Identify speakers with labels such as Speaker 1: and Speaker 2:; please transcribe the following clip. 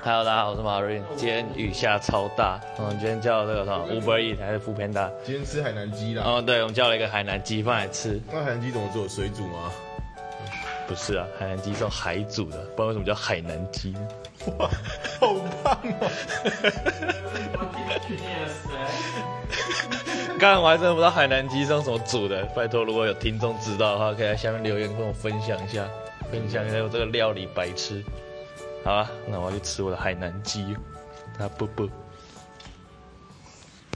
Speaker 1: Hello，大家好，我是马瑞。今天雨下超大，嗯，今天叫这个什么 Uber Eat 还是 f o o Panda？
Speaker 2: 今天吃海南鸡啦。
Speaker 1: 嗯，对，我们叫了一个海南鸡饭来吃。
Speaker 2: 那海南鸡怎么只有水煮吗？
Speaker 1: 不是啊，海南鸡是用海煮的，不然为什么叫海南鸡呢？
Speaker 2: 哇，好棒
Speaker 1: 啊 刚刚我还真的不知道海南鸡是用什么煮的，拜托，如果有听众知道的话，可以在下面留言跟我分享一下，分享一下我这个料理白痴。好啊，那我要去吃我的海南鸡，啊不不。